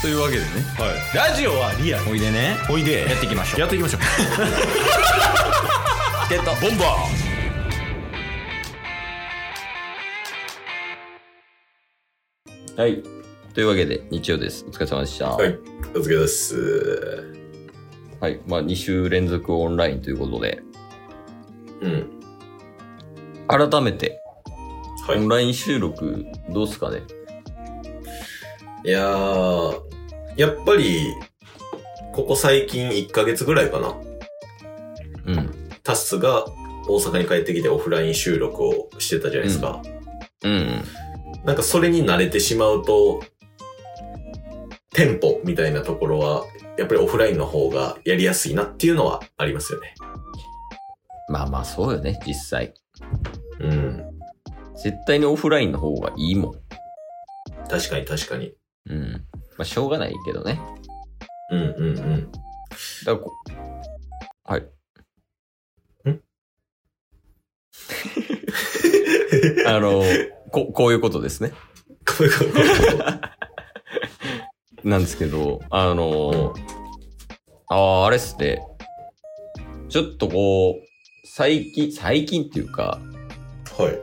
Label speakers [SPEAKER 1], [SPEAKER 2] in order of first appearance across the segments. [SPEAKER 1] というわけでね
[SPEAKER 2] はい、ラジオはリアル
[SPEAKER 1] おいでね
[SPEAKER 2] おいで
[SPEAKER 1] やっていきましょう
[SPEAKER 2] やっていきましょう
[SPEAKER 1] ゲット
[SPEAKER 2] ボンバ
[SPEAKER 1] はいというわけで日曜ですお疲れ様でした
[SPEAKER 3] はいお疲れ様です。
[SPEAKER 1] はいまあ2週連続オンラインということで
[SPEAKER 3] うん。
[SPEAKER 1] 改めて
[SPEAKER 3] は
[SPEAKER 1] オン
[SPEAKER 3] い。
[SPEAKER 1] ライン収録どうすかね
[SPEAKER 3] いやー、やっぱり、ここ最近1ヶ月ぐらいかな。
[SPEAKER 1] うん
[SPEAKER 3] タスが大阪に帰ってきてオフライン収録をしてたじゃないですか。
[SPEAKER 1] うん
[SPEAKER 3] なんかそれに慣れてしまうと、テンポみたいなところは、やっぱりオフラインの方がやりやすいなっていうのはありますよね。
[SPEAKER 1] まあまあそうよね実際
[SPEAKER 3] うん。
[SPEAKER 1] 絶対にオフラインの方がいいもん
[SPEAKER 3] 確かに確かに。
[SPEAKER 1] うんまあしょうがないけどね
[SPEAKER 3] うんうんうん。
[SPEAKER 1] だからこはい あのここういうことですね
[SPEAKER 3] こういうこと。
[SPEAKER 1] なんですけど、あのーああ、あれっすね。ちょっとこう、最近、最近っていうか、
[SPEAKER 3] はい。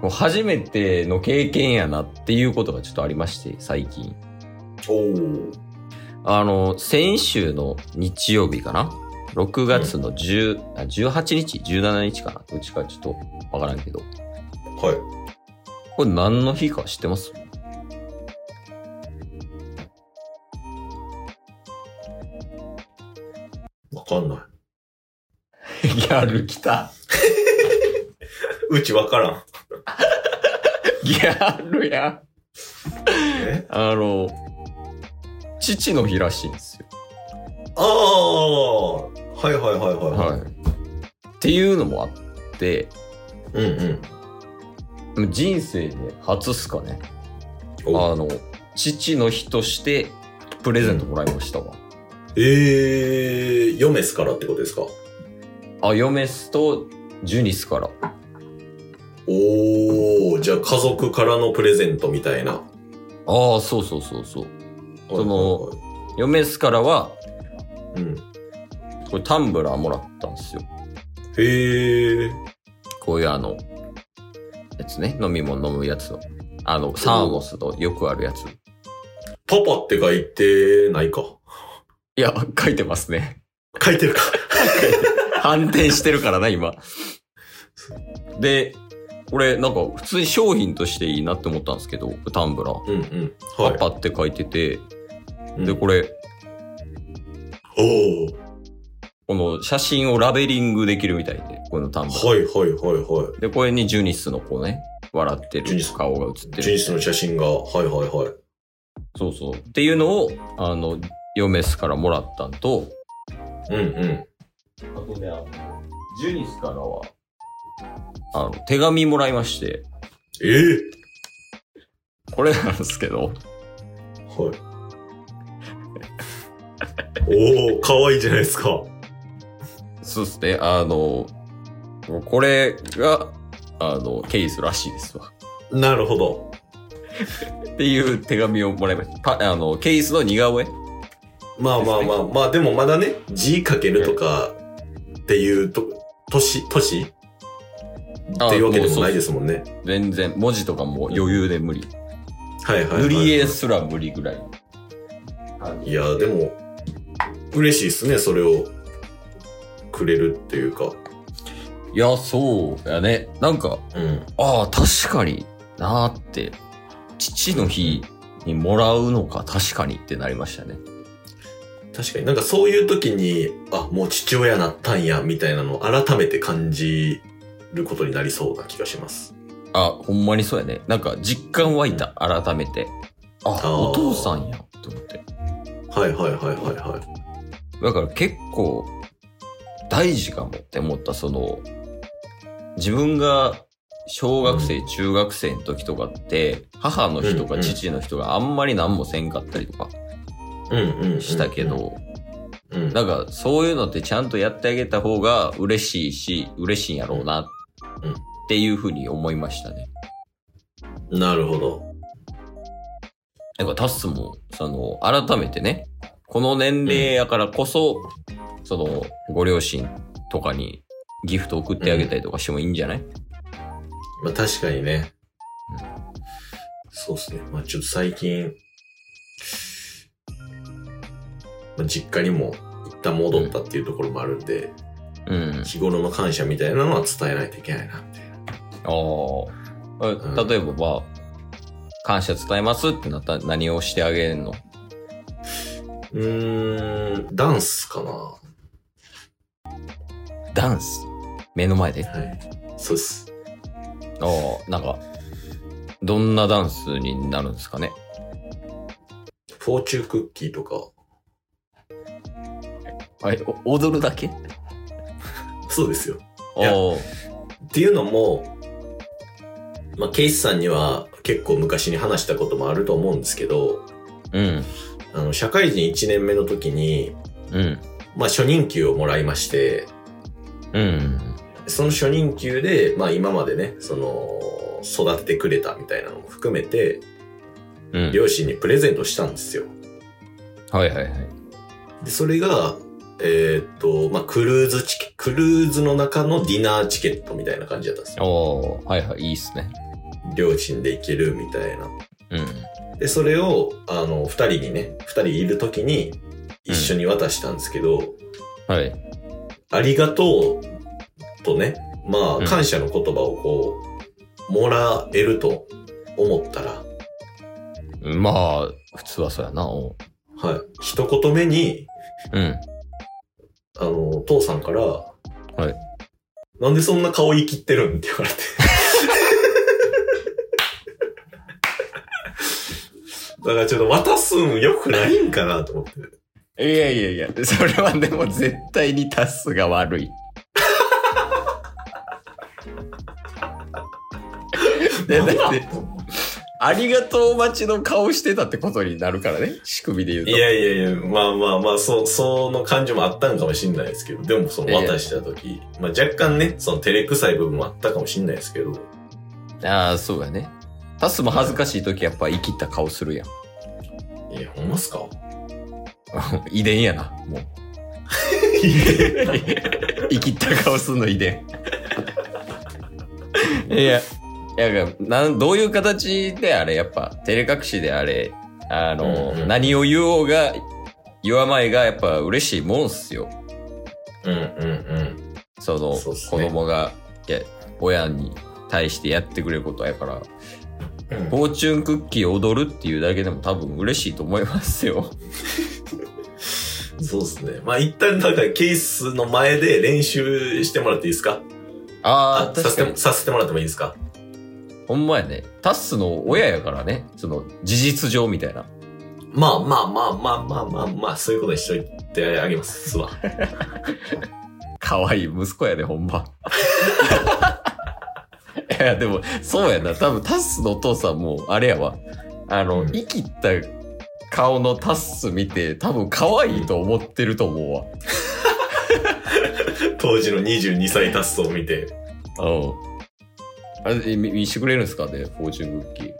[SPEAKER 1] こう初めての経験やなっていうことがちょっとありまして、最近。
[SPEAKER 3] おー。
[SPEAKER 1] あの、先週の日曜日かな ?6 月の10、あ18日 ?17 日かなどっちかちょっとわからんけど。
[SPEAKER 3] はい。
[SPEAKER 1] これ何の日か知ってます
[SPEAKER 3] わかんない。
[SPEAKER 1] ギャル来た。
[SPEAKER 3] うちわからん。
[SPEAKER 1] ギャルやん。
[SPEAKER 3] え
[SPEAKER 1] あの、父の日らしいんですよ。
[SPEAKER 3] ああはいはいはいはい。はい、
[SPEAKER 1] はい。っていうのもあって、
[SPEAKER 3] うんうん。
[SPEAKER 1] 人生で初っすかね。あ
[SPEAKER 3] お
[SPEAKER 1] の、父の日としてプレゼントもらいましたわ。
[SPEAKER 3] ええー、ヨメスからってことですか
[SPEAKER 1] あ、嫁っすとジュニスから。
[SPEAKER 3] おー、じゃあ家族からのプレゼントみたいな。
[SPEAKER 1] ああ、そうそうそうそう。その
[SPEAKER 3] はい
[SPEAKER 1] 嫁っすからは、
[SPEAKER 3] はいはい、うん。
[SPEAKER 1] これタンブラーもらったんですよ。
[SPEAKER 3] へえ。
[SPEAKER 1] こういうあの、やつね。飲み物飲むやつの。あの、サーモスのよくあるやつ。
[SPEAKER 3] パパって書いてないか。
[SPEAKER 1] いや、書いてますね。
[SPEAKER 3] 書いてるか。
[SPEAKER 1] 反転してるからな、今。で、これなんか普通に商品としていいなって思ったんですけど、タンブラー。
[SPEAKER 3] うんうん。は
[SPEAKER 1] パ
[SPEAKER 3] い。
[SPEAKER 1] パって書いてて、
[SPEAKER 3] うん
[SPEAKER 1] で、これ、
[SPEAKER 3] おー。
[SPEAKER 1] この写真をラベリングできるみたいで、このタンブラー。
[SPEAKER 3] はいはいはいは
[SPEAKER 1] で、これにジュニスのこうね、笑って
[SPEAKER 3] ジュ
[SPEAKER 1] る
[SPEAKER 3] ニス
[SPEAKER 1] 顔が写って
[SPEAKER 3] い。ジュ
[SPEAKER 1] る。
[SPEAKER 3] ニスの写真が、はいはいはい。
[SPEAKER 1] そうそう。っていうのを、あの、ヨメスからもらったんと、
[SPEAKER 3] うんうん。
[SPEAKER 1] あとね、ジュニスからは、あの、手紙もらいまして、
[SPEAKER 3] ええ
[SPEAKER 1] これなんですけど、
[SPEAKER 3] はい。 おー、かわいいじゃないですか。
[SPEAKER 1] そうですね、あの、これが、あの、ケースらしいですわ。
[SPEAKER 3] なるほど。
[SPEAKER 1] っていう手紙をもらいました。パあの、ケースの似顔絵
[SPEAKER 3] まあまあまあ、まあでもまだね、字かけるとかっていうと、年、年っていうわけでもないですもんね。
[SPEAKER 1] 全然、文字とかも余裕で無理。
[SPEAKER 3] はいはい、はい。
[SPEAKER 1] 塗り絵すら無理ぐらい。
[SPEAKER 3] いや、でも、嬉しいですね、それをくれるっていうか。
[SPEAKER 1] いや、そうやね。なんか、
[SPEAKER 3] うん。
[SPEAKER 1] ああ、確かになーって、父の日にもらうのか、確かにってなりましたね。
[SPEAKER 3] 確かになんかそういう時に、あ、もう父親なったんや、みたいなのを改めて感じることになりそうな気がします。
[SPEAKER 1] あ、ほんまにそうやね。なんか、実感湧いた、改めて。あ、
[SPEAKER 3] あー
[SPEAKER 1] お父さんや、と思って。
[SPEAKER 3] はいはいはいはいはい。
[SPEAKER 1] だから結構大事かもって思った、その、自分が小学生、中学生の時とかって、母の日と
[SPEAKER 3] うんう
[SPEAKER 1] か
[SPEAKER 3] ん
[SPEAKER 1] 父の日とかあんまり何もせんかったりとか
[SPEAKER 3] うんうんうん、うん。
[SPEAKER 1] したけ。ど、
[SPEAKER 3] うん。
[SPEAKER 1] なんかそういうのってちゃんとやってあげた方が嬉しいし、嬉しいんやろうな
[SPEAKER 3] うん
[SPEAKER 1] っていうふうに思いましたね。
[SPEAKER 3] なるほど。
[SPEAKER 1] なんかタッスも、その、改めてね、この年齢やからこそ、その、ご両親とかにギフト送ってあげたりとかしてもいいんじゃない、
[SPEAKER 3] まあ確かにね
[SPEAKER 1] う。
[SPEAKER 3] そうですね。まあちょっと最近、まあ、実家にも一旦戻ったっていうところもあるんで、
[SPEAKER 1] うん。
[SPEAKER 3] 日頃の感謝みたいなのは伝えないといけないなって。
[SPEAKER 1] あ
[SPEAKER 3] う
[SPEAKER 1] あ。
[SPEAKER 3] ん
[SPEAKER 1] 例えば、まあ、感謝伝えますってなったら何をしてあげるの
[SPEAKER 3] うーん、ダンスかな。は
[SPEAKER 1] ダンス目の前であ
[SPEAKER 3] い。そうです。
[SPEAKER 1] あ、なんか、どんなダンスになるんですかね
[SPEAKER 3] フォーチュークッキーとか、
[SPEAKER 1] はい、お踊るだけ
[SPEAKER 3] そうですよ。
[SPEAKER 1] おお
[SPEAKER 3] っていうのも、まあ、ケイスさんには結構昔に話したこともあると思うんですけど、
[SPEAKER 1] うん、
[SPEAKER 3] あの、社会人1年目の時に、
[SPEAKER 1] うん、
[SPEAKER 3] まあ、初任給をもらいまして、
[SPEAKER 1] うん、
[SPEAKER 3] その初任給で、まあ、今までね、その、育ててくれたみたいなのも含めて、
[SPEAKER 1] うん。
[SPEAKER 3] 両親にプレゼントしたんですよ。
[SPEAKER 1] はいはいはい。
[SPEAKER 3] で、それが、えーっと、まあ、クルーズチケ、クルーズの中のディナーチケットみたいな感じだったんですよ。
[SPEAKER 1] おー、はいはい、いいっすね。
[SPEAKER 3] 両親で行けるみたいな。
[SPEAKER 1] うん。
[SPEAKER 3] で、それを、あの、二人にね、二人いる時に一緒に渡したんですけど、
[SPEAKER 1] はい。
[SPEAKER 3] ありがとうとね、ま
[SPEAKER 1] うん
[SPEAKER 3] あ、感謝の言葉をこう、もらえると思ったら、
[SPEAKER 1] まあ、普通はそうやな。お
[SPEAKER 3] はい。一言目に、
[SPEAKER 1] ううん。。
[SPEAKER 3] あの、父さんから、はいなんでそんな顔生きってるんって言われて。だからちょっと渡すん良くないんかなと思って。
[SPEAKER 1] いやいやいや、それはでも絶対にタスが悪 い。いやだって、ありがとう待ちの顔してたってことになるからね、仕組みで言うと。
[SPEAKER 3] いやいやいや、まあまあまあ、そう、その感じもあったんかもしんないですけど、でもその渡した時、まあ若干ね、その照れくさい部分もあったかもしんないですけど、
[SPEAKER 1] ああ、そうやね。タスも恥ずかしい時やっぱ生きった顔するやん。
[SPEAKER 3] いや、ほんますか
[SPEAKER 1] 遺伝やな、もう。生きった顔すんの遺伝。いや、いや なんどういう形であれ、やっぱ、照れ隠しであれ、あの、
[SPEAKER 3] うんうん
[SPEAKER 1] 何を言おうが、言わまいが、やっぱ嬉しいもんっすよ。
[SPEAKER 3] うんうん
[SPEAKER 1] その、
[SPEAKER 3] そうっす
[SPEAKER 1] 子
[SPEAKER 3] ね
[SPEAKER 1] 供が、いや、親に対してやってくれることやから、
[SPEAKER 3] うん。
[SPEAKER 1] フォーチュンクッキー踊るっていうだけでも多分嬉しいと思いますよ。
[SPEAKER 3] そうですね。まあ一旦だからケースの前で練習してもらっていいですか
[SPEAKER 1] ああ、
[SPEAKER 3] さ
[SPEAKER 1] 確か
[SPEAKER 3] せて
[SPEAKER 1] に
[SPEAKER 3] も、。させてもらってもいいですか
[SPEAKER 1] ほんまやね。タッスの親やからね。その、事実上みたいな。
[SPEAKER 3] まあまあまあまあまあまあまあ、そういうことにしといてあげますわ。
[SPEAKER 1] 可愛い息子やで、ほんま。 いや、でも、そうやな。多分、タッスのお父さんも、あれやわ。あの、
[SPEAKER 3] うん
[SPEAKER 1] 生きった顔のタッス見て、多分、可愛いと思ってると思うわ。
[SPEAKER 3] 当時の22歳達成を見て。
[SPEAKER 1] うん。あれ、えみ見してくれるんですかね、フォーチュンクッキー。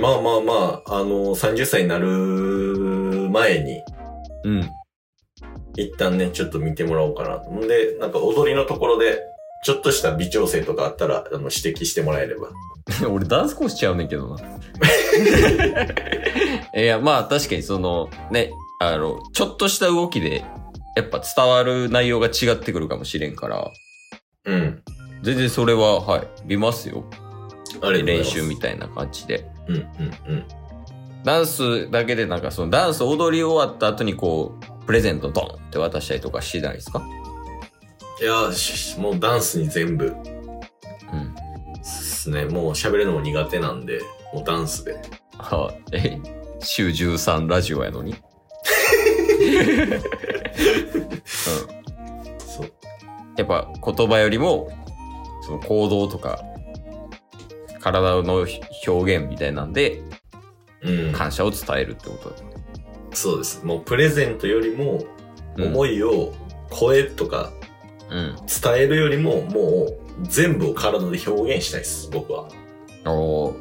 [SPEAKER 3] まあまあまあ、あの、30歳になる前に、
[SPEAKER 1] うん。
[SPEAKER 3] 一旦ね、ちょっと見てもらおうかなと。んで、なんか踊りのところで、ちょっとした微調整とかあったら、あの、指摘してもらえれば。
[SPEAKER 1] 俺ダンス講師ちゃうねんけどな。 いや、まあ確かにその、ね、あの、ちょっとした動きで、やっぱ伝わる内容が違ってくるかもしれんから、
[SPEAKER 3] うん。
[SPEAKER 1] 全然それは、はい、見ますよ。
[SPEAKER 3] あれ
[SPEAKER 1] 練習み
[SPEAKER 3] た
[SPEAKER 1] たいな感じで。
[SPEAKER 3] いな。うん、うん、うん。
[SPEAKER 1] ダンスだけでなんかそのダンス踊り終わった後にこう、プレゼントドンって渡したりとかしてないですか
[SPEAKER 3] いやーし、もうダンスに全部、
[SPEAKER 1] うん。
[SPEAKER 3] ですね。もう喋るのも苦手なんで、もうダンスで。
[SPEAKER 1] はえ、週13ラジオやの に。うん
[SPEAKER 3] そう。
[SPEAKER 1] やっぱ言葉よりも、その行動とか、体の表現みたいなんで、
[SPEAKER 3] うん。
[SPEAKER 1] 感謝を伝えるってことだと思
[SPEAKER 3] そうです。もうプレゼントよりも、
[SPEAKER 1] う。
[SPEAKER 3] 思いを声とか
[SPEAKER 1] うん。
[SPEAKER 3] 伝えるよりも、もう全部を体で表現したいです、僕は。
[SPEAKER 1] おー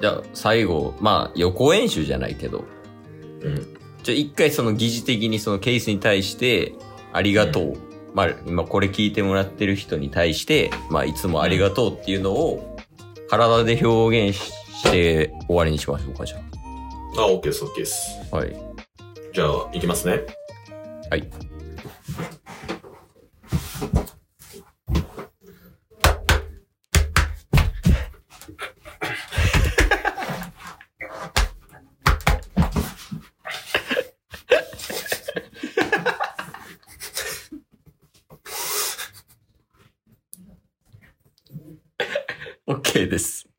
[SPEAKER 1] じゃあ最後、まあ予行演習じゃないけど、
[SPEAKER 3] うん。
[SPEAKER 1] じゃあ一回その疑似的にそのケースに対して、ありがとう。まあ今これ聞いてもらってる人に対して、まあいつもありがとうっていうのを体で表現しして終わりにしましょうか、じゃ
[SPEAKER 3] あ、OK です、OK です。
[SPEAKER 1] あ。はい。
[SPEAKER 3] じゃあ、行きますね。
[SPEAKER 1] はい。OK です。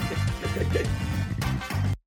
[SPEAKER 2] す